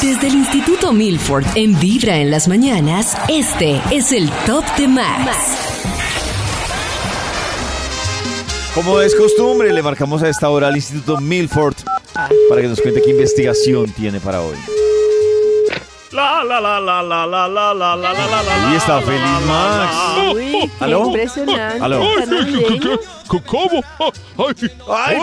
Desde el Instituto Milford en Vibra en las mañanas, este es el Top de Max. Como es costumbre, le marcamos a esta hora al Instituto Milford para que nos cuente qué investigación tiene para hoy. La la la la la la la la la la la la Ah. Y está feliz Max. Uy, qué ¿Aló? impresionante. ¿Aló? tan navideño. ¿Cómo? Ay, Ay, pues, pues, ay,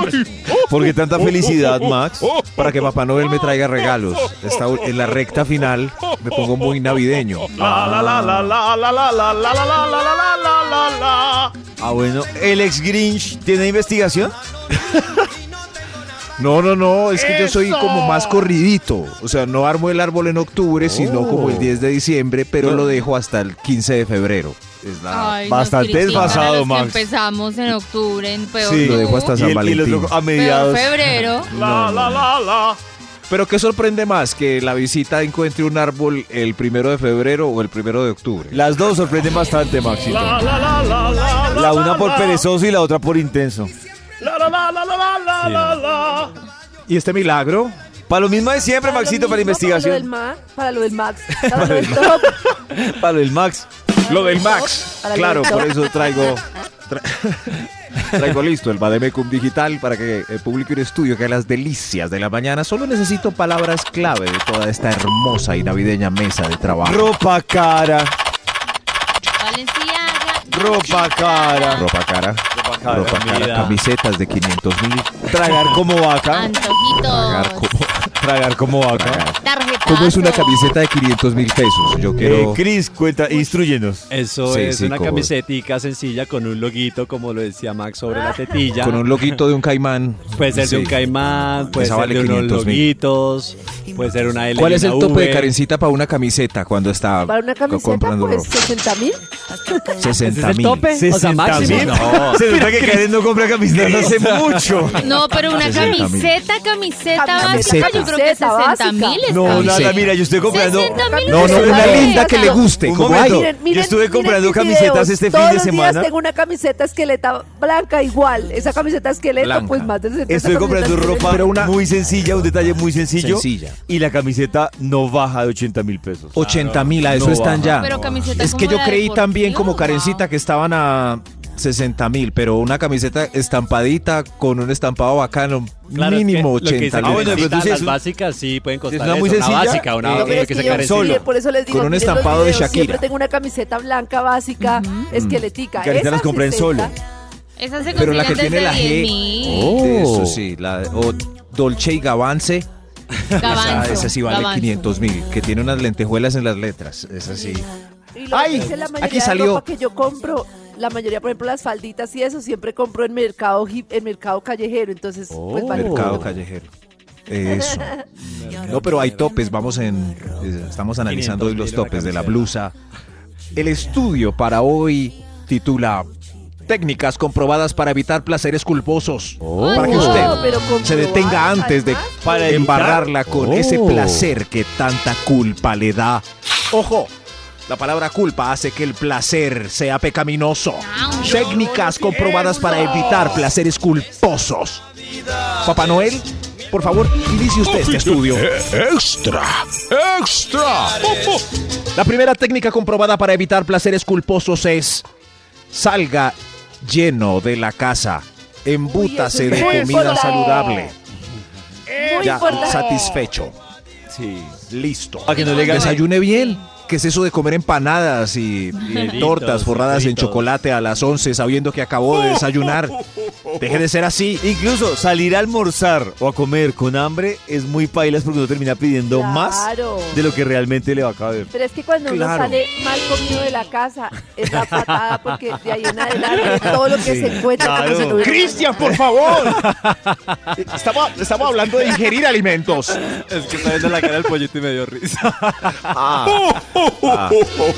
Oh, ¿Por qué oh, tanta felicidad, Max? Para que Papá Noel me traiga regalos. oh, Esta- en la recta final me pongo muy oh, navideño. la la la la la la la la la la la la la la la la la. Ah, bueno. ¿El ex Grinch tiene investigación? No, no, no, es que yo soy ¡Eso! como más corridito. O sea, no armo el árbol en octubre, sino Oh. como el 10 de diciembre, pero lo dejo hasta el 15 de febrero. Es la- Ay, nos Bastante critican a desfasado, los que Max. Empezamos en octubre, en peor Sí. tú, lo dejo hasta San el- Valentín. otro a peor mediados. febrero. La la la la. Pero ¿qué sorprende más? ¿Que la visita encuentre un árbol el primero de febrero o el primero de octubre? Las dos sorprenden bastante, Maxito. La la la la la la. La una por perezoso y la otra por intenso. La la la la la la la la. ¿Y este milagro? Para lo mismo de siempre, lo Maxito, mismo, para la Para lo del investigación. Ma- para lo del Max. Para lo del top. Para lo del Max. Lo del Max. Para lo Claro, del por top. eso traigo... tra- Traigo listo el Bademecum Digital para que eh, publique un estudio que a las delicias de la mañana solo necesito palabras clave de toda esta hermosa y navideña mesa de trabajo. Ropa cara. Valenciaga. Ropa cara. Ropa cara. Ropa cara, cara. mira. Camisetas de 500 mil. Ah, Tragar como vaca. Pagar Antojitos. como, Ah. Tragar como vaca. Tarjetazo. ¿Cómo es una camiseta de 500 mil pesos? Yo Eh, quiero... Cris, cuenta, instruyenos. Eso Sí, es sí, una como- camisetica Pues sencilla con un loguito, como lo decía Max, sobre la tetilla. Con un loguito de un caimán. Puede ser Pues de un Sí. caimán, puede Esa ser vale de unos 500.000. loguitos, puede ser una L. ¿Cuál y es una el tope de V. carencita para una camiseta cuando está Para una co- camiseta, comprando pues, ropa? 60 mil. ¿Ese 60 es el mil. tope? O sea, 60.000. máximo. No. Se nota que Karen no compra camisetas hace mucho. No, pero una 60.000. camiseta, camiseta Camiseta. básica, yo creo que Camiseta 60 básica. mil. No, bien. nada, Sí. mira, yo estoy comprando. 60.000 No, no, pesos. una Ay, linda que le no. guste. Un Como momento. hay. Yo estuve miren comprando mis camisetas este fin Todos de los semana. Días tengo una camiseta esqueleta blanca igual. Esa camiseta esqueleto, Blanca. pues más de 60 Estoy comprando camisetas ropa Pero una- muy sencilla, un detalle muy sencillo. Sencilla. Y la camiseta no baja de 80 mil pesos. 80 mil, a eso No están ya. Pero camiseta Es que como yo la creí también deportiva, como Karencita wow. que estaban a 60 mil, pero una camiseta estampadita con un estampado bacano, Claro, es que mínimo lo que 80 dice Ah, bueno, Karencita, pero mil. tú sí es las un- básicas sí pueden costar una eso, muy sencilla. básica, una No, No, pero lo es que que se yo carece. solo. siempre- por eso les digo, Con un miren los estampado de videos, Siempre Shakira. tengo una camiseta blanca básica, esqueletica. Carita Esa las compré en 60, Solo. Esas se Pero la que consiguen tiene la desde G. 10.000. De Eso sí, la o Dolce y Gavance. Esa, Gabanzo, esa sí vale gabanzo. 500 mil, que tiene unas lentejuelas en las letras. Esa sí. Y lo ¡Ay! que dice la mayoría Aquí de salió. ropa que yo compro, la mayoría, por ejemplo, las falditas y eso, siempre compro en mercado, hip- en mercado callejero. Entonces, pues vale. Oh. Mercado callejero. Eso. No, pero hay topes. Vamos en. eh, Estamos analizando hoy los 500.000 una topes de la camiseta. blusa. El estudio para hoy titula Técnicas comprobadas para evitar placeres culposos. Oh. Para que no, usted pero comprobadas, se detenga antes de además. Para evitar- embarrarla con Oh. ese placer que tanta culpa le da. Ojo. La palabra culpa hace que el placer sea pecaminoso. No, Técnicas comprobadas para evitar placeres culposos. Papá Noel, por favor, inicie usted este estudio. Extra, extra. La primera técnica comprobada para evitar placeres culposos es salga lleno de la casa, embútase Uy, eso de es muy comida importante. saludable, Muy ya importante. satisfecho, Sí. listo. Para que no le Oiga, Desayune bien. ¿Qué es eso de comer empanadas y, y Fritos, tortas forradas en fritos. chocolate a las 11 sabiendo que acabó de desayunar? Deje de ser así. Incluso salir a almorzar o a comer con hambre es muy pailas porque uno termina pidiendo Claro. más de lo que realmente le va a caber. Pero es que cuando uno Claro. sale mal comido de la casa, es la patada porque de ahí en adelante todo lo que se encuentra. como claro. si no hubiera- Cristian, por favor. estamos, estamos hablando de ingerir alimentos. Es que Oh, Ah. está viendo la cara del pollito y me dio risa.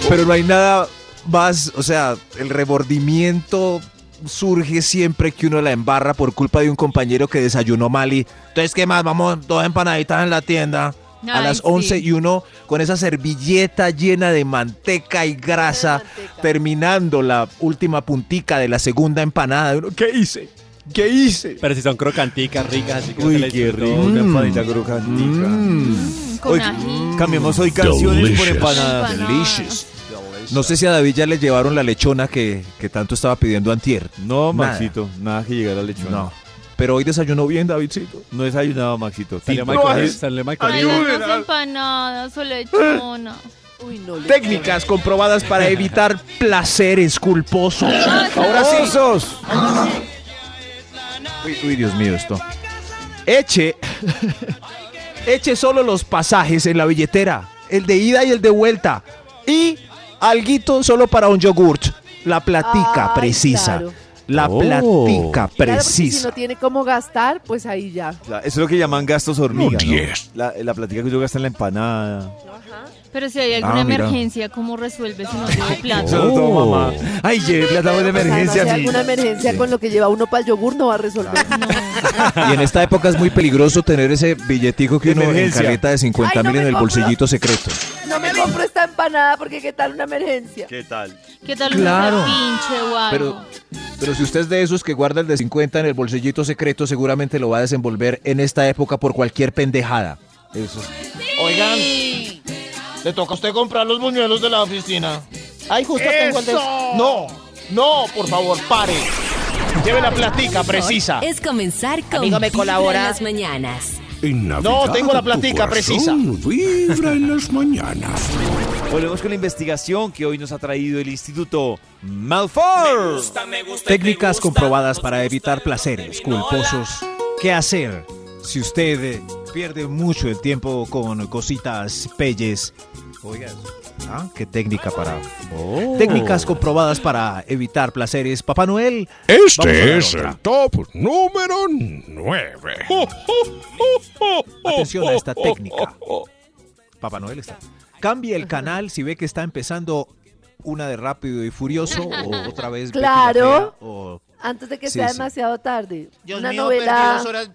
Pero no hay nada vas, o sea, el rebordimiento surge siempre que uno la embarra por culpa de un compañero que desayunó mal y entonces qué más, vamos, dos empanaditas en la tienda. a Ay, las 11 sí. y uno con esa servilleta llena de manteca y grasa, manteca. terminando la última puntica de la segunda empanada. Uno, ¿Qué hice? ¿Qué hice? Pero si son crocanticas, ricas, así que Uy, se le qué disfrutó. rico, Mm. una empanadita crocantica. Con Hoy- ají. mm, cambiemos hoy canciones por Delicious. empanadas. Delicious. No sé si a David ya le llevaron la lechona que, que tanto estaba pidiendo antier. No, Nada. Maxito, nada que llegar a lechona. No. Pero hoy desayunó bien, Davidcito. No desayunaba, Maxito. Salió Tito. Michael, salió Michael. Ay, unas empanadas o lechona. Uy, no le Técnicas comprobadas para evitar placeres culposos. Ahora sí. ¡Osos! Uy, uy, Dios mío, esto. Eche. Eche solo los pasajes en la billetera. El de ida y el de vuelta. Y alguito solo para un yogurt. La platica Ay, precisa. claro. La Oh. platica Claro, porque si precisa. no tiene cómo gastar, pues ahí ya. La- Eso es lo que llaman gastos hormiga. No, ¿no? diez. La, la platica que yo gasto en la empanada. Pero si hay alguna Ah, mira. emergencia, ¿cómo resuelves si no tiene Se plata? lo tomo, Oh. mamá. Ay, lleve plata de emergencia O sea, no, si a hay mí. alguna emergencia con lo que lleva uno para el yogur no va a resolver. Y en esta época es muy peligroso tener ese billetico que De uno en emergencia. caleta de 50 Ay, no mil me en el compro. bolsillito secreto. No me compro esta empanada porque qué tal una emergencia. ¿Qué tal? ¿Qué tal Claro. un pinche o algo? Pero, pero si usted es de esos que guarda el de 50 en el bolsillito secreto, seguramente lo va a desenvolver en esta época por cualquier pendejada. Eso. Oigan, Sí. le toca a usted comprar los buñuelos de la oficina. Ay, justo tengo el de... ¡Eso! No, no, por favor, pare. Lleve la platica precisa. Es comenzar con Ah. Amigo, ¿me Vibra colabora? en las mañanas. En No, tengo la platica precisa. Vibra en las mañanas. Volvemos con la investigación que hoy nos ha traído el Instituto Malfour. Técnicas comprobadas para evitar placeres culposos. ¿Qué hacer si usted eh, pierde mucho el tiempo con cositas pelles? Oiga, ¿ah? ¿qué técnica para...? Oh. Técnicas comprobadas para evitar placeres. Papá Noel, Vamos a Este ver es otra. el top número 9. Atención a esta técnica. Papá Noel está. Cambie el canal si ve que está empezando una de Rápido y Furioso o otra vez. Betty la Claro. Fea, o- Antes de que Sí, sea sí. demasiado tarde. Dios una mío, perdí novela. dos horas...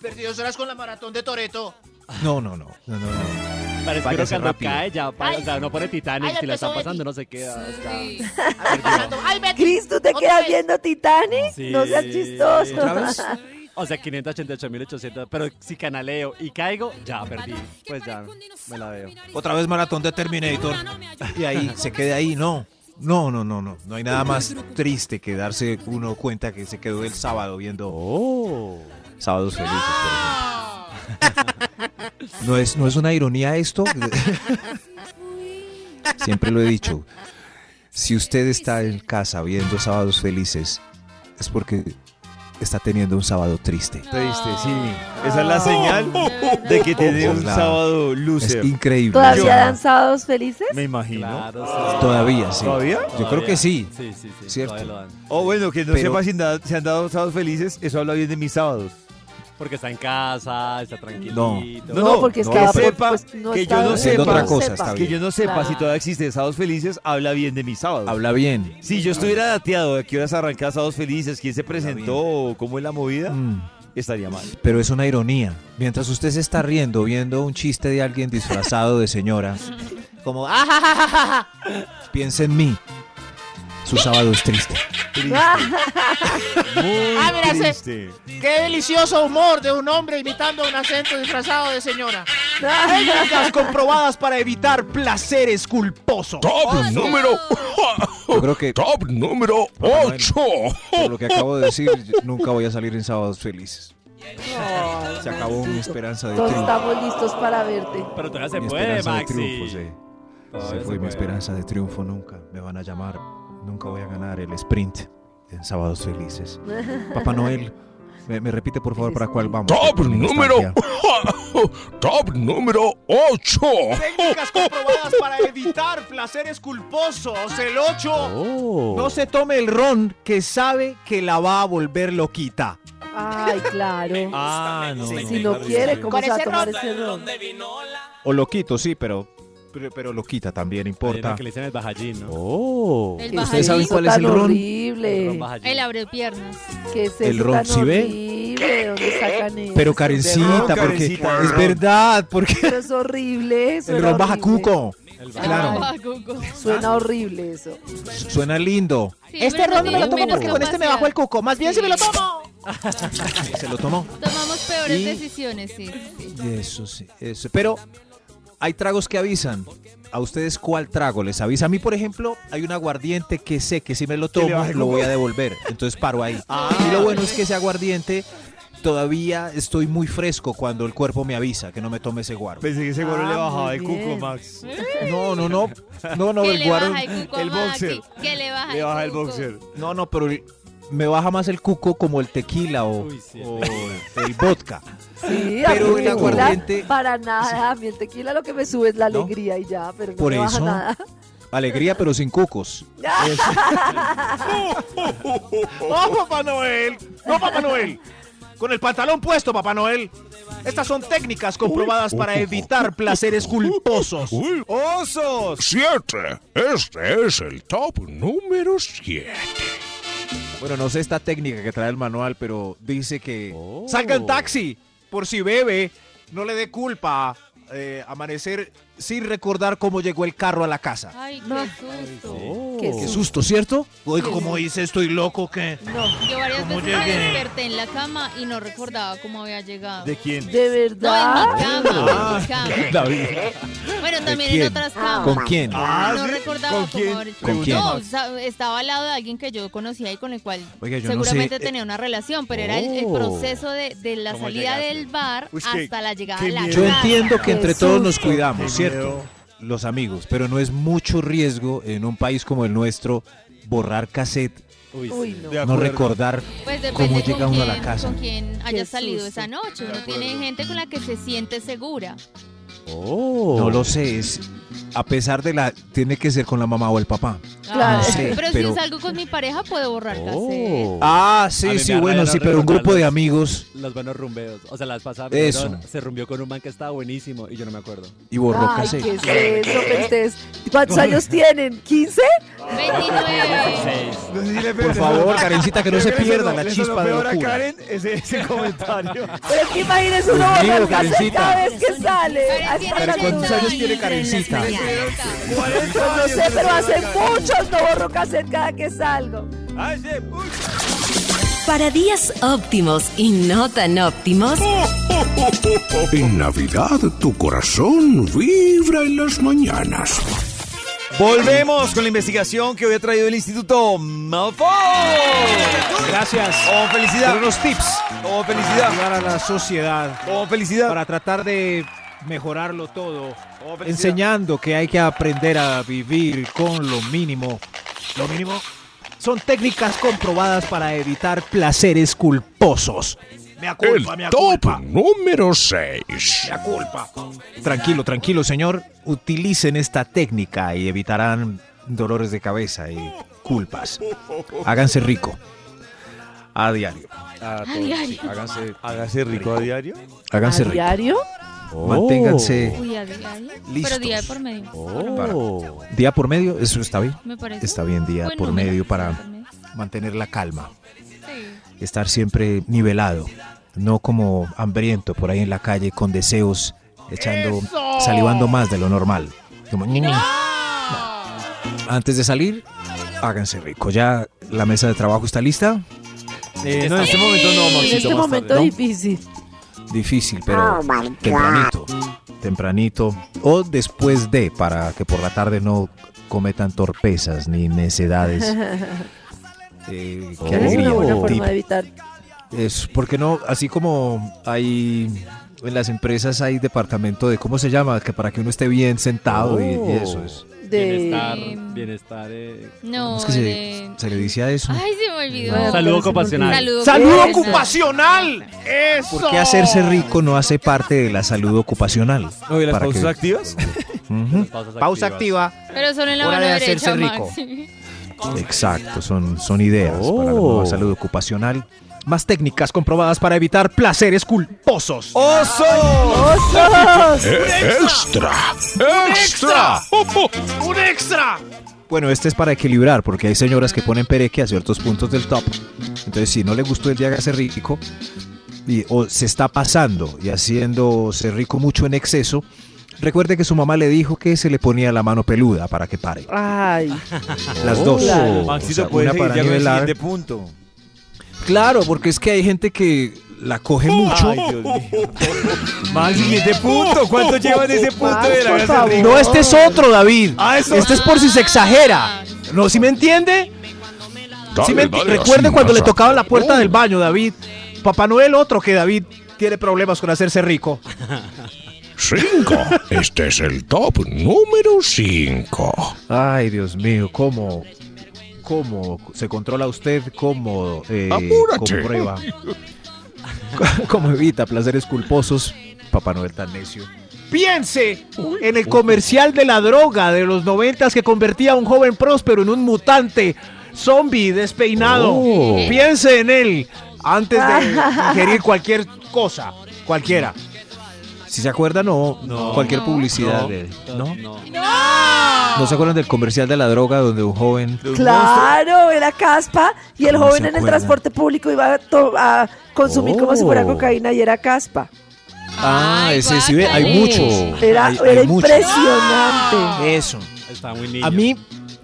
Perdí dos horas con la maratón de Toreto. No, no, no. no, no, no. Parece que Váyase uno cuando rápido. cae ya, pa- o sea, no pone Titanic, Ay, si la están empezó pasando Betty. no se queda. o sea. Ay, Betty. Cris, ¿tú te Otra quedas vez. viendo Titanic? Sí. No seas chistoso. ¿Otra O sea, 588.800, pero si canaleo y caigo, ya perdí. Pues ya, me la veo. Otra vez maratón de Terminator. Y ahí, se quede ahí. No. No, no, no, no. No hay nada más triste que darse uno cuenta que se quedó el sábado viendo. oh, Sábados felices. por ejemplo. ¿No es, ¿No es una ironía esto? Siempre lo he dicho. Si usted está en casa viendo sábados felices, es porque está teniendo un sábado triste. Triste, sí. Esa es la señal de que tiene un Ojalá. sábado Es loser. increíble. ¿Todavía Yo- dan sábados felices? Me imagino. Claro, Todavía, sí. ¿Todavía? Yo creo que sí. Sí, sí, sí. Cierto. todavía lo dan. O bueno, que no Pero- sepa si na- se han dado sábados felices, eso habla bien de mis sábados. Porque está en casa, está tranquilo. No, No, no, porque no que estaba por- sepa, pues, no que yo estaba- no Haciendo sepa, otra cosa, está que bien. yo no sepa si Claro. todavía existe sábados felices, habla bien de mis sábados. Habla bien. Si yo estuviera dateado de a qué horas arranca sábados felices, quién se presentó, o cómo es la movida, Mm, estaría mal. Pero es una ironía. Mientras usted se está riendo viendo un chiste de alguien disfrazado de señora, como "Ah, ja, ja, ja, ja", piensa en mí. Su sábado es triste. Triste. Muy Ah, mira, se- triste. Qué delicioso humor de un hombre imitando un acento disfrazado de señora. Técnicas comprobadas para evitar placeres culposos. Top número. Yo creo que Top número Papá Noel. 8. por lo que acabo de decir, yo nunca voy a salir en sábados felices. Se acabó mi esperanza de Todos triunfo. estamos listos para verte. Pero todavía se Mi puede, esperanza de Maxi. triunfo, sí. Todavía Se fue mi puede. esperanza de triunfo nunca. Me van a llamar. Nunca voy a ganar el sprint en Sábados Felices. Papá Noel, me, me repite por favor para cuál vamos. Top Porque me número. nostalgia. Top número 8. Técnicas comprobadas para evitar placeres culposos. El 8. No se tome el ron que sabe que la va a volver loquita. Ay, claro. Ah, no. si no quiere, ¿cómo se va a tomar ese ron? O loquito, sí, pero pero, pero lo quita también, Hay una importa. que le dicen el bajallín, ¿no? Oh. El ¿Ustedes saben bajallín. cuál es el ron? horrible? Ron bajallín. El abre piernas. ¿Qué es El eso ron, tan ¿sí ve? horrible? ¿Dónde sacan eso? Pero Karencita, porque Karencita. es verdad, porque Pero es horrible eso. el era ron baja horrible. cuco. El bajallín. Claro. Ah, Cuco. Suena horrible eso. Suena lindo. Sí, Este pero no tiene menos capacidad. cuco. Más bien si me lo tomo. Se lo tomó. Tomamos peores Y- decisiones, sí. sí. Eso sí, eso. Pero hay tragos que avisan. ¿A ustedes cuál trago les avisa? A mí, por ejemplo, hay un aguardiente que sé que si me lo tomo lo voy a devolver. Entonces paro ahí. Ah. Y lo bueno es que ese aguardiente todavía estoy muy fresco cuando el cuerpo me avisa que no me tome ese guaro. Pues, Pensé que ese Ah, güero le bajaba muy el cuco, bien. Max. No, no, no. No, no, ¿Qué el le guaro. baja el cuco a el Maxi? boxer. ¿Qué le baja Le baja el cuco? boxer. No, no, pero el- me baja más el cuco como el tequila o, Uy, sí. o el vodka. Sí, Pero a mí el tequila, aguardiente- Para nada. A mí el tequila lo que me sube es la ¿No? alegría y ya, pero no Por me baja eso- nada. Alegría, pero sin cucos. ¡Oh, Papá Noel! ¡No, Papá Noel! Con el pantalón puesto, Papá Noel. Estas son técnicas comprobadas para evitar placeres culposos. ¡Osos! Siete. Este es el top número 7. Bueno, no sé esta técnica que trae el manual, pero dice que Salga en taxi. por si bebe, no le dé culpa eh, amanecer sin recordar cómo llegó el carro a la casa. Ay, qué susto. Qué Qué susto. susto, ¿cierto? Oye, como dice, estoy loco que. Yo varias ¿Cómo veces llegué? me desperté en la cama y no recordaba cómo había llegado. ¿De quién? ¿De No, en mi verdad? cama, en mi cama. David, Bueno, también quién? en otras camas. ¿Con quién? no ¿sí? recordaba ¿Con quién? cómo haber- Ah, ¿Con quién? No, o sea, estaba al lado de alguien que yo conocía y con el cual Oiga, yo no seguramente sé, eh, tenía una relación, pero era el, el oh. proceso de, de la ¿Cómo salida llegaste? del bar Uy, es que- hasta la llegada qué a la miedo. Yo casa. Pues entiendo que entre Qué todos nos susto. cuidamos, Qué ¿cierto? miedo. Los amigos, pero no es mucho riesgo en un país como el nuestro borrar cassette, Uy, sí. Uy, no. De no acuerdo. recordar. Pues ¿Cómo depende llega con uno a quién, la casa? con quién haya Qué salido susto. esa noche. Uno tiene gente con la que se siente segura. No lo sé, es a pesar de la tiene que ser con la mamá o el papá. Claro. Ah, Sí, pero, si pero- salgo con mi pareja puedo borrar cassette. Ah, A mí sí, me sí, da bueno, rabia sí, no pero un grupo de recordarlos. amigos Oh. Los buenos rumbeos. O sea, las pasadas Eso. se rumbió con un man que estaba buenísimo y yo no me acuerdo. y borró Ay, cassette. ¿qué es eso? pero ustedes- ¿Cuántos años tienen? ¿15? 29. No sé si le Por pe- favor, Karencita, que no se Creo le pierda sonó- la le sonó chispa de peor a locura. Karen ese, ese comentario. Pero es que imagínense uno Dios mío, borrar cassette Karencita. cada vez que sale. Karen Así tiene para Pero ¿cuántos que- años tiene Karencita? Pues no sé, pero hace muchos no borro cassette cada que salgo. Hace mucho. Para días óptimos y no tan óptimos, Oh, En Navidad tu corazón vibra en las mañanas. Volvemos con la investigación que hoy ha traído el Instituto Malfoy. Gracias. Oh, Pero felicidad. unos tips Oh, felicidad. para la sociedad, Oh, felicidad. para tratar de mejorarlo todo, Oh, felicidad. enseñando que hay que aprender a vivir con lo mínimo. Lo mínimo son técnicas comprobadas para evitar placeres culposos. Me El top número 6. Tranquilo, tranquilo, señor. Utilicen esta técnica y evitarán dolores de cabeza y culpas. Háganse rico. A diario. A diario. Háganse, Hágase rico a diario. háganse ¿A rico. Oh. diario? Manténganse Uy, a diario. Pero Listos. día de por medio. día por medio. Eso está bien. Me parece. Está bien día Buen por número, medio día por para medio. mantener la calma. Sí. Estar siempre nivelado. No como hambriento por ahí en la calle con deseos, echando, salivando más de lo normal. Como, "Ñe, ñe". Antes de salir, háganse rico. Ya la mesa de trabajo está lista. Eh, no, en este momento no, En Maxito. este más momento tarde, difícil. Difícil, pero tempranito. Tempranito. O después de, para que por la tarde no cometan torpezas ni necedades. Eh, qué Es una alegría, buena qué forma de tip. evitar. Es porque no, así como hay en las empresas hay departamento de cómo se llama, que para que uno esté bien sentado y, y eso es. De... Bienestar, bienestar. eh. No, ¿Cómo es que se, de- se le dice a eso? Oh. Ay, se me olvidó. Bueno, pero Salud se me ocupacional. olvidó. Salud ¡Salud Esa. ocupacional! ¡Eso! ¿Por qué hacerse rico no hace parte de la salud ocupacional? No, ¿y las Para que- pausas activas? Ujú. Pausas Pausa activas. activa. Pero solo en la Hora mano de derecha, hacerse rico. Maxi. Oh. Exacto, son, son ideas para la nueva salud ocupacional. más técnicas comprobadas para evitar placeres culposos. Eh, ¡Extra! Oh, ¡Extra! ¡Un extra! Bueno, este es para equilibrar, porque hay señoras que ponen pereque a ciertos puntos del top. Entonces, si no le gustó el día que hace rico, y, o se está pasando y haciéndose rico mucho en exceso, recuerde que su mamá le dijo que se le ponía la mano peluda para que pare. Ay, Ah, Las dos. Claro. O Ah, Maxito sea, puede una seguir para ya con el nivelar. siguiente punto. Claro, porque es que hay gente que la coge mucho. Ay, Dios mío. Max, siguiente punto. ¿Cuánto llevan ese punto de la por grasa favor. rica? No, este es otro, David. Ah, Este es por si se exagera. ¿No? ¿Sí me Dale, entiende? Sí me dale, recuerde así, Oh, cuando le así. tocaban la puerta del baño, David. Papá Noel, otro que David tiene problemas con hacerse rico. Cinco. Este es el top número cinco. Ay, Dios mío, cómo, cómo se controla usted, cómo, eh, Apúrate. cómo prueba, cómo evita placeres culposos, Papá Noel tan necio. Piense. En el comercial de la droga de los noventas que convertía a un joven próspero en un mutante, zombie, despeinado. Oh. Piense en él antes de ingerir cualquier cosa, cualquiera. Si se acuerdan, no, cualquier publicidad. No. de- No, ¿no? no. ¿No se acuerdan del comercial de la droga donde un joven claro, era caspa y el ¿Cómo joven se en el acuerda? transporte público iba a, to- a consumir como si fuera Oh. cocaína y era caspa. Ah, Ay, ese sí, ve, hay guácale. muchos. Ah, Era, Hay- hay era muchos. impresionante. Eso. Está muy niño. A mí,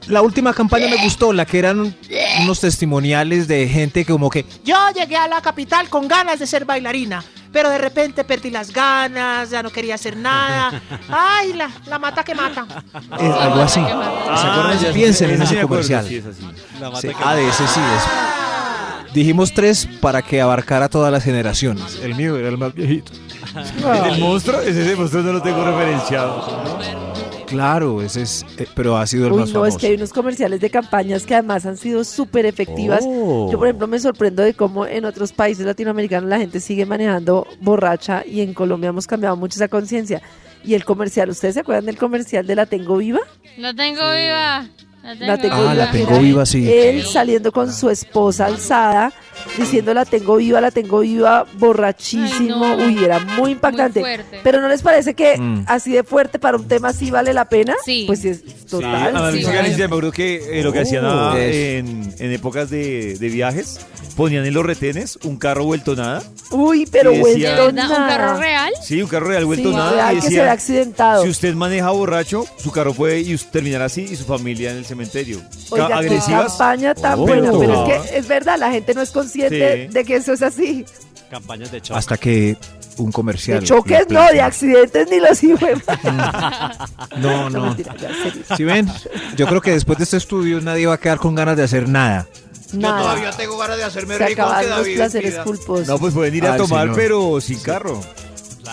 la última campaña me gustó, la que eran unos testimoniales de gente que como que. eh, Yo llegué a la capital con ganas de ser bailarina, pero de repente perdí las ganas, ya no quería hacer nada. Ay, la, la mata que mata. es Ah, algo así. ¿Se acuerdan? Piensen Ese en sí ese me acuerdo, comercial. sí, es así. La mata Sí, que ah, de ese sí es. Dijimos tres para que abarcara todas las generaciones. El mío era el más viejito. ¿El del monstruo? Ese del monstruo no lo tengo referenciado. Claro, ese es. eh, pero ha sido el Uy, más no, famoso. es que hay unos comerciales de campañas que además han sido súper efectivas. Oh. Yo, por ejemplo, me sorprendo de cómo en otros países latinoamericanos la gente sigue manejando borracha y en Colombia hemos cambiado mucho esa conciencia. Y el comercial, ¿ustedes se acuerdan del comercial de La Tengo Viva? La tengo viva. La tengo Ah, la viva. tengo viva, sí. Él saliendo con su esposa alzada, diciendo La Tengo Viva, La Tengo Viva, borrachísimo. Ay, no. Uy, era muy impactante. fuerte. Pero ¿no les parece que Mm. así de fuerte para un tema sí vale la pena? Sí. Pues es total. a la sí, Luisa vale. Galicia, me acuerdo que eh, lo que hacían ah, Uh, es. en, en épocas de, de viajes, ponían en los retenes un carro vuelto nada. Uy, pero Y decía- vuelto ¿Un carro nada. real? Sí, un carro real vuelto Sí, nada. real y que se decía, había accidentado. Si usted maneja borracho, su carro puede y us- terminar así y su familia en el cementerio. Ca- Oiga, qué agresivas. campaña tan Oh, buena, pero- pero es que es verdad, la gente no es consciente Sí. de que eso es así. Campañas de choque. Hasta que un comercial. de choques lo no, de accidentes ni los hijos. No, No, no. mentira, ya, serio. ¿Sí ven? Yo creo que después de este estudio nadie va a quedar con ganas de hacer nada. Nada, tengo ganas de hacerme se acaban los placeres culposos. No, pues pueden ir a Ay, tomar, señor. pero sin carro.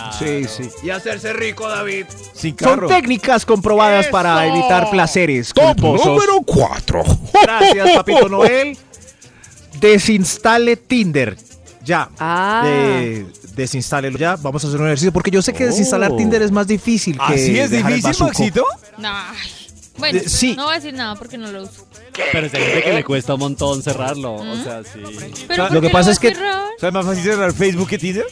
Ah, Sí, sí. Y hacerse rico, David. Sin Son carro. técnicas comprobadas para ¡Eso! evitar placeres Top culposos. número cuatro. Gracias, papito Noel. Desinstale Tinder. Ya. Ah. Eh, desinstálelo ya. Vamos a hacer un ejercicio porque yo sé que desinstalar Tinder es más difícil que Oh. ¿Así es dejar el difícil, bazuco. Maxito? No. ay. Bueno, Eh, sí. no voy a decir nada porque no lo uso. Pero es gente que le cuesta un montón cerrarlo. O ¿Mm? sea, sí. Pero Lo que pasa es que- O sea, es más fácil cerrar Facebook que Tinder.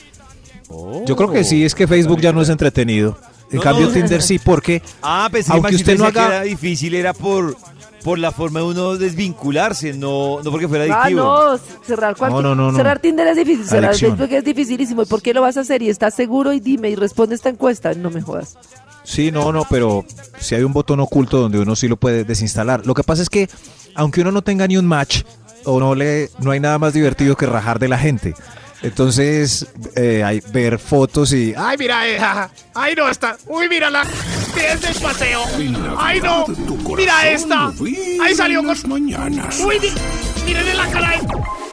Yo creo que sí, es que Facebook ya no es entretenido. En Oh. No, cambio no. Tinder sí, porque Ah, pensé Aunque que Maxito usted no decía que haga- era difícil, era por, por la forma de uno desvincularse, no, no porque fuera Ah, adictivo. no, cerrar cualquier- No, no, no, cerrar no. Tinder es difícil, cerrar Adicción. Facebook es dificilísimo. ¿Y por qué lo vas a hacer? Y estás seguro y dime y responde esta encuesta. No me jodas. Sí, no, no, pero si hay un botón oculto donde uno sí lo puede desinstalar. Lo que pasa es que aunque uno no tenga ni un match o no le no hay nada más divertido que rajar de la gente. Entonces, eh, hay- ver fotos y ah, Ay, mira, eh, jaja. ay, no, está. Uy, mírala. Es del paseo. Ay, no. Mira esta. Ahí salió con. las mañanas. Uy, di- mírenle la cara. ahí.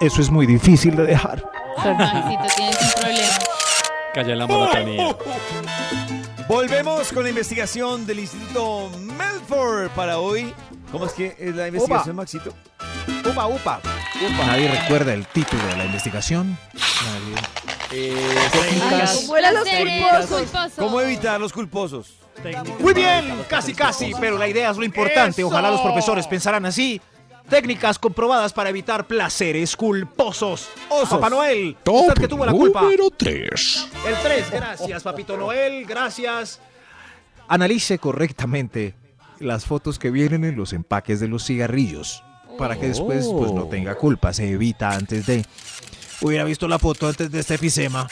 eso es muy difícil de dejar. Maxito, tienes un problema. Cayó en la monotonía. Volvemos con la investigación del Instituto Melford para hoy. ¿Cómo es que es la investigación, Maxito? Upa, upa. Nadie recuerda el título de la investigación. Ay, ¿Cómo eran los placeres culposos? culposos? ¿Cómo evitar los culposos? Técnicas Muy para evitar bien, los casi placeres casi, culposos. pero la idea es lo importante. Ojalá los profesores pensaran así Técnicas comprobadas para evitar placeres culposos. Osos. Papá Noel, Top usted que tuvo la culpa. número 3. El 3, gracias, Papito Noel, gracias. Analice correctamente las fotos que vienen en los empaques de los cigarrillos para que después pues, no tenga culpa, se evita antes de... Hubiera visto la foto antes de este efisema.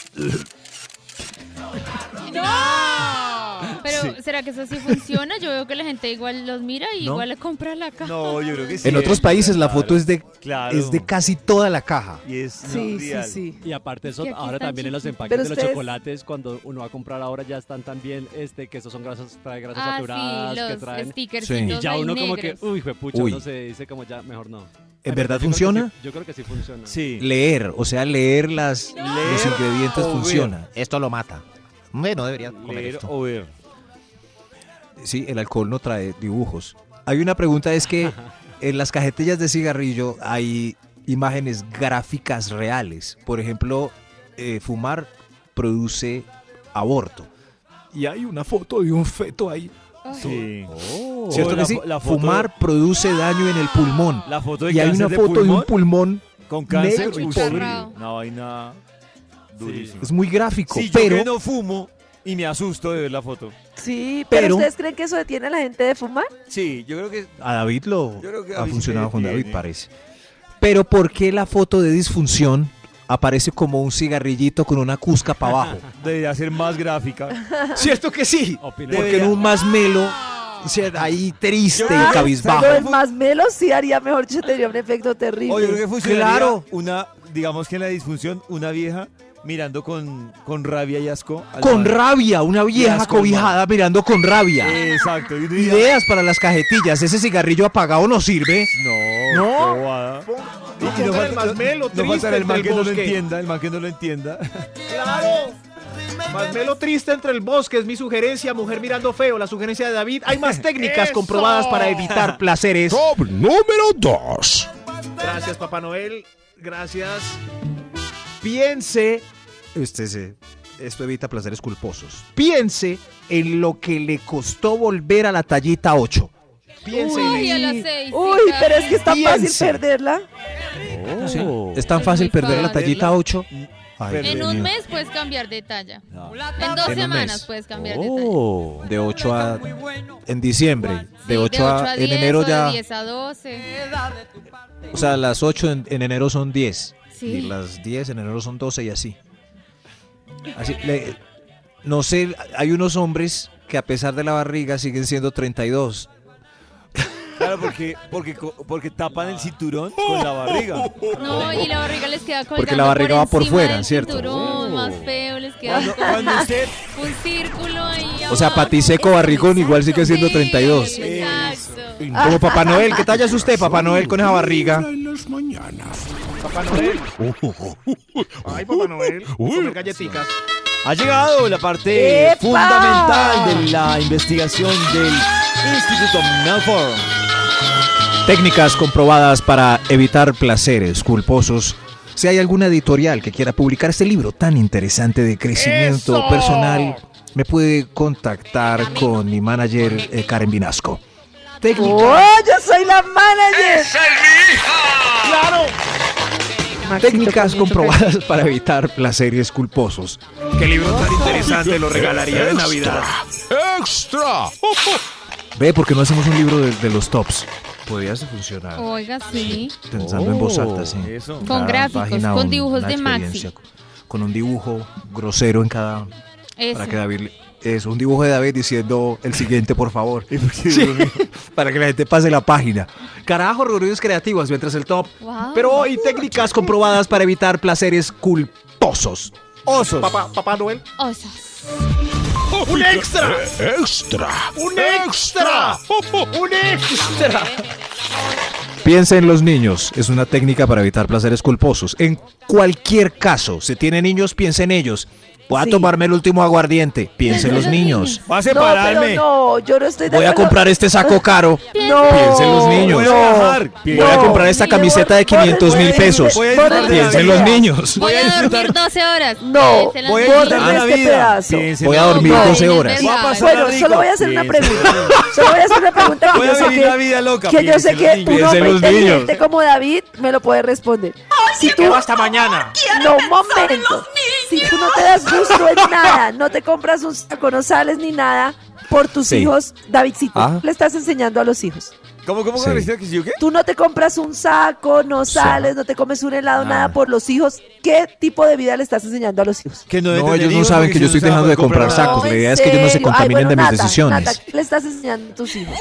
¡No! Pero, ¿será que eso sí funciona? Yo veo que la gente igual los mira y No. igual le compra la caja. No, yo creo que sí. En otros países la foto es de, Claro. es de casi toda la caja. Y es Sí, sí, mundial. sí. Y aparte eso, Y aquí ahora están también en los chiquitos. empaques Pero de los ustedes- chocolates, cuando uno va a comprar ahora ya están también, este, que estos son grasas, trae grasas Ah, saturadas, que sí, los traen... stickers. Sí. Y ya uno como que, uy, pucha, Uy. uno se dice como ya, mejor no. ¿En Ay, verdad yo creo que sí- funciona? yo creo que sí funciona. Sí. Leer, o sea, leer las, los Leer ingredientes o ver. funciona. Oh, Esto lo mata. Bueno, debería comer Leer oh. esto. o ver. Sí, el alcohol no trae dibujos. Hay una pregunta, es que en las cajetillas de cigarrillo hay imágenes gráficas reales. Por ejemplo, eh, fumar produce aborto. Y hay una foto de un feto ahí. Sí. ¿Cierto O que Oh, la sí? fo- la foto- Ah, Fumar produce daño en el pulmón. La foto de Y hay cáncer una foto de, un pulmón pulmón. con cáncer negro y uy, pobre. sí, Una vaina durísima. Es muy gráfico, Si yo pero... que no fumo y me asusto de ver la foto. Sí, pero, Pero- Pues ¿ustedes creen que eso detiene a la gente de fumar? Sí, yo creo que A David lo Yo creo que ha David funcionado sí con David, tiene. parece. Pero ¿por qué la foto de disfunción aparece como un cigarrillito con una cusca para abajo? debería ser más gráfica. ¿Cierto que sí? Opino. Porque en un más melo, Ah. o sea, ahí triste y cabizbajo. Pero el más melo sí haría mejor, yo tendría un efecto terrible. O yo creo que funcionaría Claro. una, digamos que en la disfunción, una vieja mirando con, con rabia y asco. al Con mar. rabia, una vieja asco, hermano. Eh, cobijada mirando con rabia. Exacto. y uno diría, Ideas para las cajetillas, ese cigarrillo apagado no sirve. No, No. qué bobada. No pongan el más melo, no triste faltará el man entre que el no lo bosque. entienda, el man que no lo entienda. ¡Claro! Más melo triste entre el bosque es mi sugerencia, mujer mirando feo, la sugerencia de David. Hay más técnicas ¡Eso! comprobadas para evitar placeres. Top número 2. Gracias, Papá Noel. Gracias. Piense, este eh, Usted se, esto evita placeres culposos. piense, En lo que le costó volver a la tallita 8. piense. en Uy, eso. a las seis. Uy, pero es que es tan Piense. fácil perderla. Uh. Es tan Es fácil muy perder la fácil. tallita 8. En un mes puedes cambiar de talla. En dos En un semanas mes. puedes cambiar de talla. Oh, de 8 a en diciembre, de 8, ocho a, en 10, o enero de ya, 10 a 12. o sea, las 8 en, en enero son 10 y Sí. las 10 en enero son 12 y así. Así le- no sé, hay unos hombres que a pesar de la barriga siguen siendo 32. Claro, porque, porque, co- porque tapan el cinturón con la barriga. No, y la barriga les queda colgando Oh. Porque la barriga va por encima fuera, del ¿cierto? Oh. cinturón, más feo, les queda Cuando, cuando usted un círculo ahí O sea, abajo. patiseco barrigón igual sigue siendo Sí, 32. Exacto. Como Papá Noel, ¿qué tallas usted, Papá Noel, con esa barriga? En las mañanas. Papá Noel. Ay, Papá Noel. Comer Uy, galletitas. ha llegado la parte ¡Epa! fundamental de la investigación del Instituto Melford. Técnicas comprobadas para evitar placeres culposos. Si hay alguna editorial que quiera publicar este libro tan interesante de crecimiento ¡Eso! personal, me puede contactar con mi manager eh, Karen Vinasco. ¡Oh, yo soy la manager! Técnicas comprobadas para evitar placeres culposos. Qué libro tan interesante lo regalaría de Navidad. extra. Ve, porque no hacemos un libro de, de los tops. Podrías funcionar. Oiga, sí. Pensando en voz alta, sí. Eso. En Con cada gráficos, página con un- dibujos una de Maxi. experiencia, Con un dibujo grosero en cada Eso. Para que David es un dibujo de David diciendo el siguiente, por favor. Sí, para que la gente pase la página. Carajo, reuniones creativas mientras el top. Wow. Pero hoy técnicas comprobadas para evitar placeres culposos. Osos. Papá, Papá Noel. Oh, Osos. ¡Un extra! Extra. ¡Un extra! ¡Un extra! Piensa en los niños. Es una técnica para evitar placeres culposos. En cualquier caso, si tiene niños, piensa en ellos. Voy a tomarme el último aguardiente. Piensen los niños. Va a separarme. No, yo no estoy de Voy a acuerdo. comprar este saco caro. No, Piensen los niños. Voy a viajar. Voy a comprar esta camiseta de 500 mil pesos. Voy a disfrutar de la Piensen vida. los niños. Voy a dormir 12 horas. No, Piénsela Voy a en disfrutar mí. de la Borren este vida. pedazo. Piensen Voy a en la dormir No, vida. 12 no, horas. no, Voy a Bueno, pasar Bueno, rico. solo voy a hacer una Piensen. pregunta. Solo voy a hacer una pregunta que Voy a yo sé vivir que, la vida loca, que yo sé piensen los que un niños. hombre Piensen los niños. inteligente como David me lo puede responder. Si tú Quedó hasta mañana. No, un momento. Si tú no te das gusto en nada, no te compras un saco, no sales ni nada por tus Sí. hijos, Davidcito, Ah. le estás enseñando a los hijos. ¿Cómo, cómo, Sí. cómo? ¿Que si yo qué? Tú no te compras un saco, no Sí. Ah. sales, no te comes un helado, Nada. nada por los hijos. ¿Qué tipo de vida le estás enseñando a los hijos? Que deben No, tener ellos no hijos saben porque que yo si no estoy se van a dejando de poder comprar nada. sacos. ¿En La idea es que ellos no se serio? Ay, contaminen bueno, de mis Nata, decisiones. Nata, ¿qué le estás enseñando a tus hijos?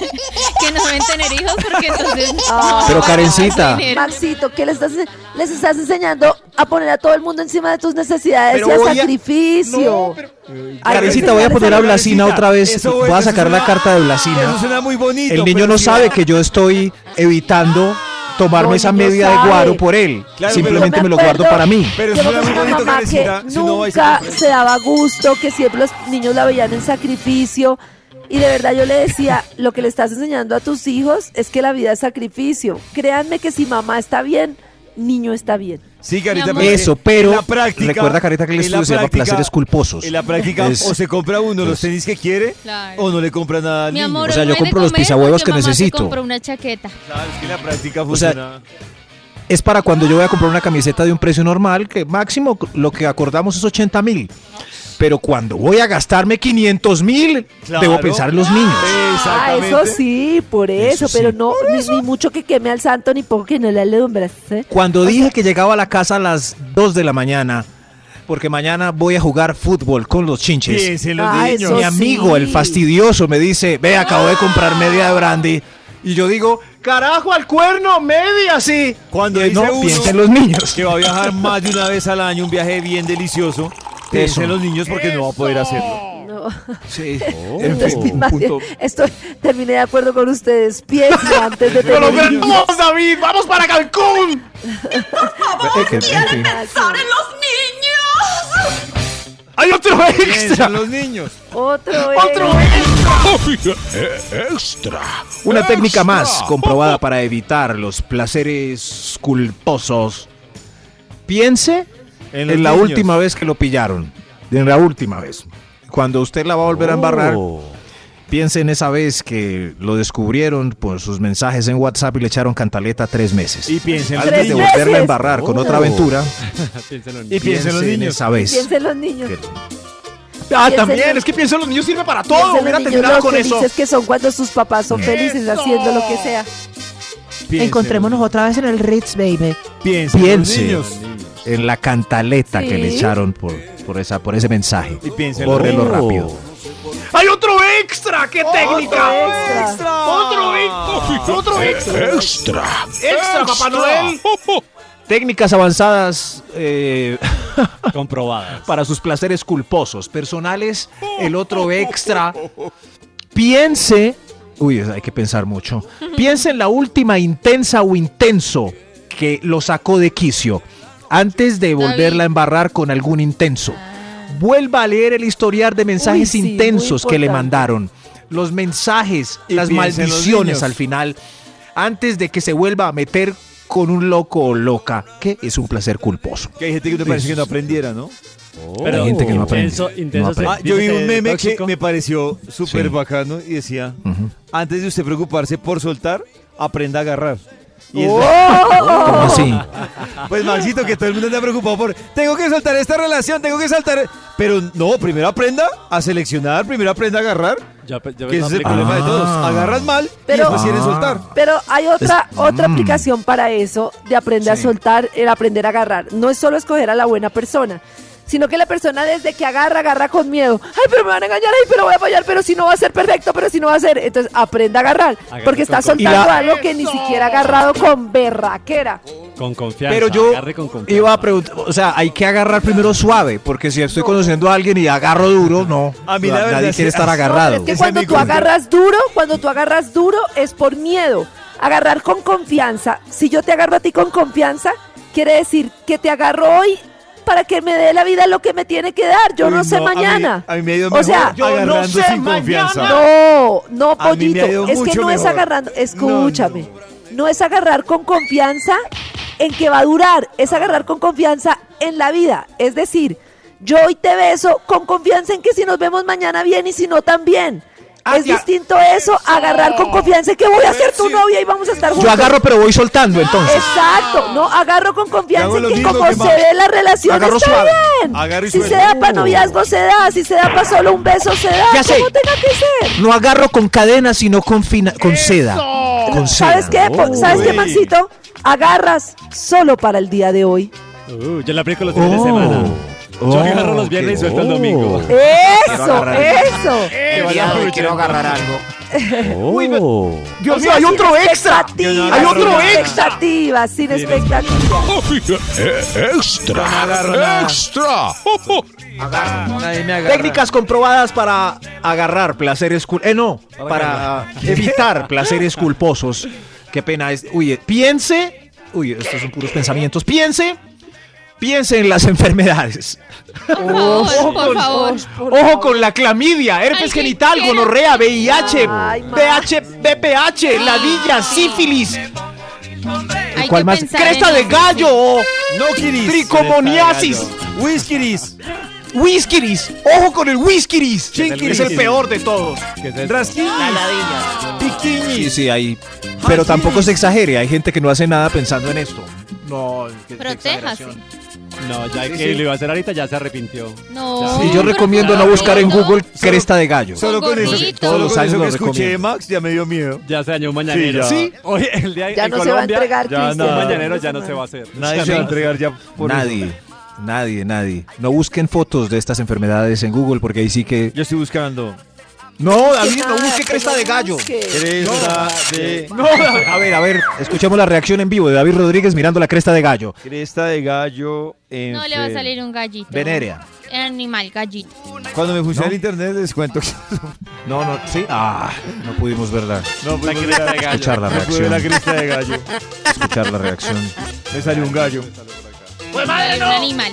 Que no deben tener hijos porque entonces. Ah. Pero, no van a Karencita. tener. Maxito, ¿qué le estás, les estás enseñando a poner a todo el mundo encima de tus necesidades Pero y a voy a- sacrificio? No, pero- Ay, Karencita, voy a enseñarles poner a los- Blasina otra vez. Eso, Voy a eso sacar suena- la carta de Eso Blasina. suena muy bonito. El niño pero no si sabe va- que yo estoy evitando No, tomarme esa el niño media de sabe. guaro por él. Claro, Simplemente Yo me lo guardo acuerdo para mí. Pero Yo eso me suena muy acuerdo de bonito, una mamá que Karencita. Si no vais a nunca se daba gusto, que siempre los niños la veían en sacrificio. Y de verdad yo le decía, lo que le estás enseñando a tus hijos es que la vida es sacrificio. Créanme que si mamá está bien, niño está bien. Sí, Carita, Mi amor. pero Eso, en pero la práctica- recuerda, Carita, que el en estudio la se llama práctica- Placeres Culposos. En la práctica, Es- o se compra uno los es- tenis que quiere, Claro. o no le compra nada al Mi niño. amor, O sea, hoy yo no hay de compro los comer pisabuelos porque que mamá se necesito. compró una chaqueta. Sabes que la práctica sea, funciona. Es para cuando yo voy a comprar una camiseta de un precio normal, que máximo lo que acordamos es 80 mil. Pero cuando voy a gastarme 500 mil, Claro. debo pensar en los niños. Ah, Exactamente. eso sí, por eso, Eso sí. pero no, ni, ni mucho que queme al santo, ni poco que no le alumbres. ¿eh? Cuando dije que llegaba a la casa a las 2 de la mañana, porque mañana voy a jugar fútbol con los chinches. Piensen los Ah, niños. eso Mi amigo, sí. el fastidioso, me dice, ve, acabo de comprar media de brandy. Y yo digo, Carajo al cuerno, media así. Cuando y él, dice no, uno piensen los niños. que va a viajar más de una vez al año, un viaje bien delicioso, piensen los niños porque no va a poder hacerlo. Oh. No. Sí. Este Entonces, más bien, estoy, terminé de acuerdo con ustedes. Piensen antes de ¡Lo tener niños. logramos, David! ¡Vamos para Cancún! ¡Hay otro extra! Piensen los niños. Otro, ¡Otro eh. extra! eh, extra. Una técnica más comprobada para evitar los placeres culposos. Piense en, los la niños. última vez que lo pillaron. En la última vez. Cuando usted la va a volver a embarrar, Oh. piense en esa vez que lo descubrieron por sus mensajes en WhatsApp y le echaron cantaleta tres meses. Y piensen los Antes de tres niños. volverla a meses. embarrar con Oh. otra aventura, Piénselo en Y piensen los piense en niños. esa vez. Piensen los niños. Ah, Piensen también, los- es que pienso en los niños sirve para Piensen todo. los Hubiera niños terminado lo Oh, con eso. felices que son cuando sus papás son felices haciendo lo que sea. Piensen los- otra vez en el Ritz, baby. Piensen los Piense niños. en la cantaleta que le Sí. echaron por, por, esa, por ese mensaje. Y piensen los Bórrelo niños. rápido. ¡Hay otro extra! ¡Qué técnica! extra. ¡Otro extra! ¡Otro extra! Extra. ¡Extra, Papá Noel! Técnicas avanzadas eh, Comprobadas. para sus placeres culposos, personales, el otro extra. Piense, uy, hay que pensar mucho. Piense en la última intensa o intenso que lo sacó de quicio antes de volverla a embarrar con algún intenso. Vuelva a leer el historial de mensajes Uy, sí, muy intensos que le importante. mandaron. Los mensajes, Y las piense en los niños. maldiciones al final, antes de que se vuelva a meter con un loco o loca, que es un placer culposo. Que hay gente que te parece que no aprendiera, ¿no? Oh. Hay gente que no aprende, intenso- no intenso se- aprende. Ah, yo vi dice un meme que tóxico. me pareció súper Sí. bacano y decía, Ujú. antes de usted preocuparse por soltar, aprenda a agarrar. Y es- ¿Cómo ¡Oh! así? Pues Maxito, que todo el mundo está preocupado por, tengo que soltar esta relación, tengo que saltar. Pero no, primero aprenda a seleccionar, primero aprenda a agarrar, Ya, pe- ya que ese es el aplico- problema de todos. Ah. Agarras mal Pero- y después quieren soltar. Pero hay otra, Es- otra mm. aplicación para eso, de aprender Sí. a soltar, el aprender a agarrar. No es solo escoger a la buena persona, sino que la persona desde que agarra, agarra con miedo. Ay, pero me van a engañar, ay, pero voy a fallar, pero si no va a ser perfecto, pero si no va a ser. Entonces aprenda a agarrar, Agarre porque con está confianza. soltando algo que ni siquiera ha agarrado con berraquera. Con confianza. Pero yo agarre con confianza. iba a preguntar, o sea, hay que agarrar primero suave, porque si estoy conociendo a alguien y agarro duro, no. A mí la Nadie verdad es que- quiere estar No, pero No, agarrado. pero es que Ese cuando es mi tú concepto. agarras duro, cuando tú agarras duro es por miedo. Agarrar con confianza. Si yo te agarro a ti con confianza, quiere decir que te agarro hoy para que me dé la vida lo que me tiene que dar. Yo Uy, no sé a mí- mañana. A mí, me ha ido O mejor sea, agarrando sin confianza. No, no, A mí me pollito. ha ido Es que mucho no es mejor. agarrando. Escúchame. No, es agarrar con confianza en que va a durar. Es agarrar con confianza en la vida. Es decir, yo hoy te beso con confianza en que si nos vemos mañana bien y si no también. Ah, es distinto eso, agarrar con confianza en que voy a ser tu novia y vamos a estar juntos. Yo agarro, pero voy soltando entonces. Exacto, no agarro con Yo confianza hago en lo que mismo como que se Max. ve la relación Agarro está suave. bien. Agarro y si se suelto. da para noviazgo se da, si se da para solo un beso se da, Ya sé. como tenga que ser. No agarro con cadena, sino con, fina- con seda. Con ¿Sabes seda. qué? Po- ¿Sabes qué, Uy. Maxito? Agarras solo para el día de hoy. Uh, yo la aplico los fines de semana. Yo agarro los viernes y suelto el domingo. Eso, eso. Eh, Que vaya a aprovechar. Oh. Uy, me- O Dios mío, sea, hay sin otro extra. expectativas, Hay sin otro extra. expectativas, sin expectativas. eh, Extra. Extra. Técnicas comprobadas para agarrar placeres cul... Eh, no, para evitar placeres culposos. Qué pena es... Uy, eh, piense... Uy, estos son puros pensamientos. Piense... Piense en las enfermedades. Por favor, por favor. Ojo con la clamidia, herpes qué genital, asqueroso. gonorrea, VIH, Ay, VH, BPH, ladilla, sífilis, Hay ¿Cuál que más? pensar Cresta en de eso. gallo o No quiris. tricomoniasis. Whiskiris. Whiskiris. Ojo con el whiskiris. Chinquiris. Es el peor de todos. Rasquinis. Sí, Piquinis. sí, hay. Pero tampoco se exagere. Hay gente que no hace nada pensando en esto. No, qué- qué Protéjase. exageración. No, ya Sí, que sí. lo iba a hacer ahorita ya se arrepintió. No. Y yo pero recomiendo no cuidado. buscar en Google cresta de gallo. Solo con eso, que- Gorrito. solo Los con años eso que los escuché de recomiendo. Max ya me dio miedo. Ya se dañó un mañanero. Sí, Hoy el día Ya en no se va a Colombia, entregar, ya, Cristian. no, un Ya. mañanero ya no se va a hacer. Nadie se va a entregar ya por nadie, eso. nadie, nadie. No busquen fotos de estas enfermedades en Google porque ahí sí que. Yo estoy buscando. No, Ah, David, no busque cresta de gallo. Cresta de. No, David. A ver, a ver, escuchemos la reacción en vivo de David Rodríguez mirando la cresta de gallo. Cresta de gallo. En No le va a salir un gallito. Venerea. Animal, gallito. Cuando me funciona el internet les cuento que No, no, sí. Ah, no pudimos verla, no pude ver la, escuchar la no pude ver reacción. la cresta de gallo. escuchar la reacción. Me salió un gallo. ¡Pues madre, Es un no! animal.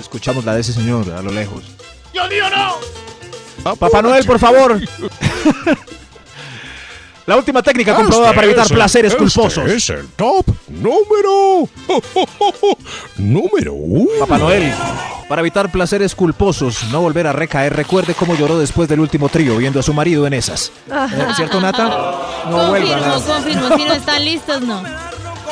Escuchamos la de ese señor a lo lejos. ¡Dios mío, no! Papá Noel, por favor. La última técnica comprobada para evitar Este placeres este culposos. Es el top número. número uno. Papá Noel. Para evitar placeres culposos, no volver a recaer, recuerde cómo lloró después del último trío viendo a su marido en esas. Eh, ¿Cierto, Nata? No vuelvan confirmo, a... confirmo. Si no están listos, no.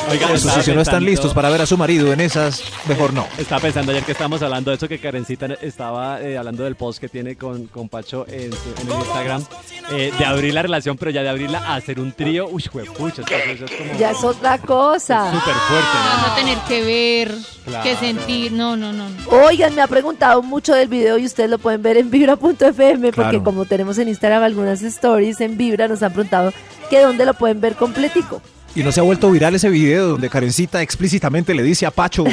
Oiga, Eso estaba sí, si no están pensando- listos para ver a su marido en esas, mejor no. Estaba pensando ayer que estábamos hablando de eso, que Karencita estaba eh, hablando del post que tiene con, con Pacho en, su- en el Instagram, eh, de abrir la relación, pero ya de abrirla a hacer un trío. Uy, juepucha, está- eso es como Ya es otra cosa. súper fuerte, Vas ¿no? a tener que ver, Claro. que sentir. No, no, no. no. Oigan, me ha preguntado mucho del video y ustedes lo pueden ver en vibra.fm porque Claro. como tenemos en Instagram algunas stories en vibra nos han preguntado que dónde lo pueden ver completico. Y no se ha vuelto viral ese video donde Karencita explícitamente le dice a Pacho...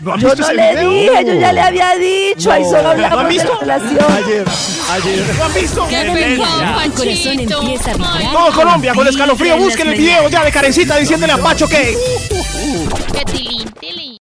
¿No han Yo visto no ese le video? dije, yo ya le había dicho, ahí solo hablamos de la relación. Ayer, ayer. ¡Qué Tu corazón pecado, empieza a Pachito! vibrar. Todo Colombia con escalofrío, Vibra en las busquen el video ya de Karencita diciéndole a Pacho que... ¡Qué tilín, tilín!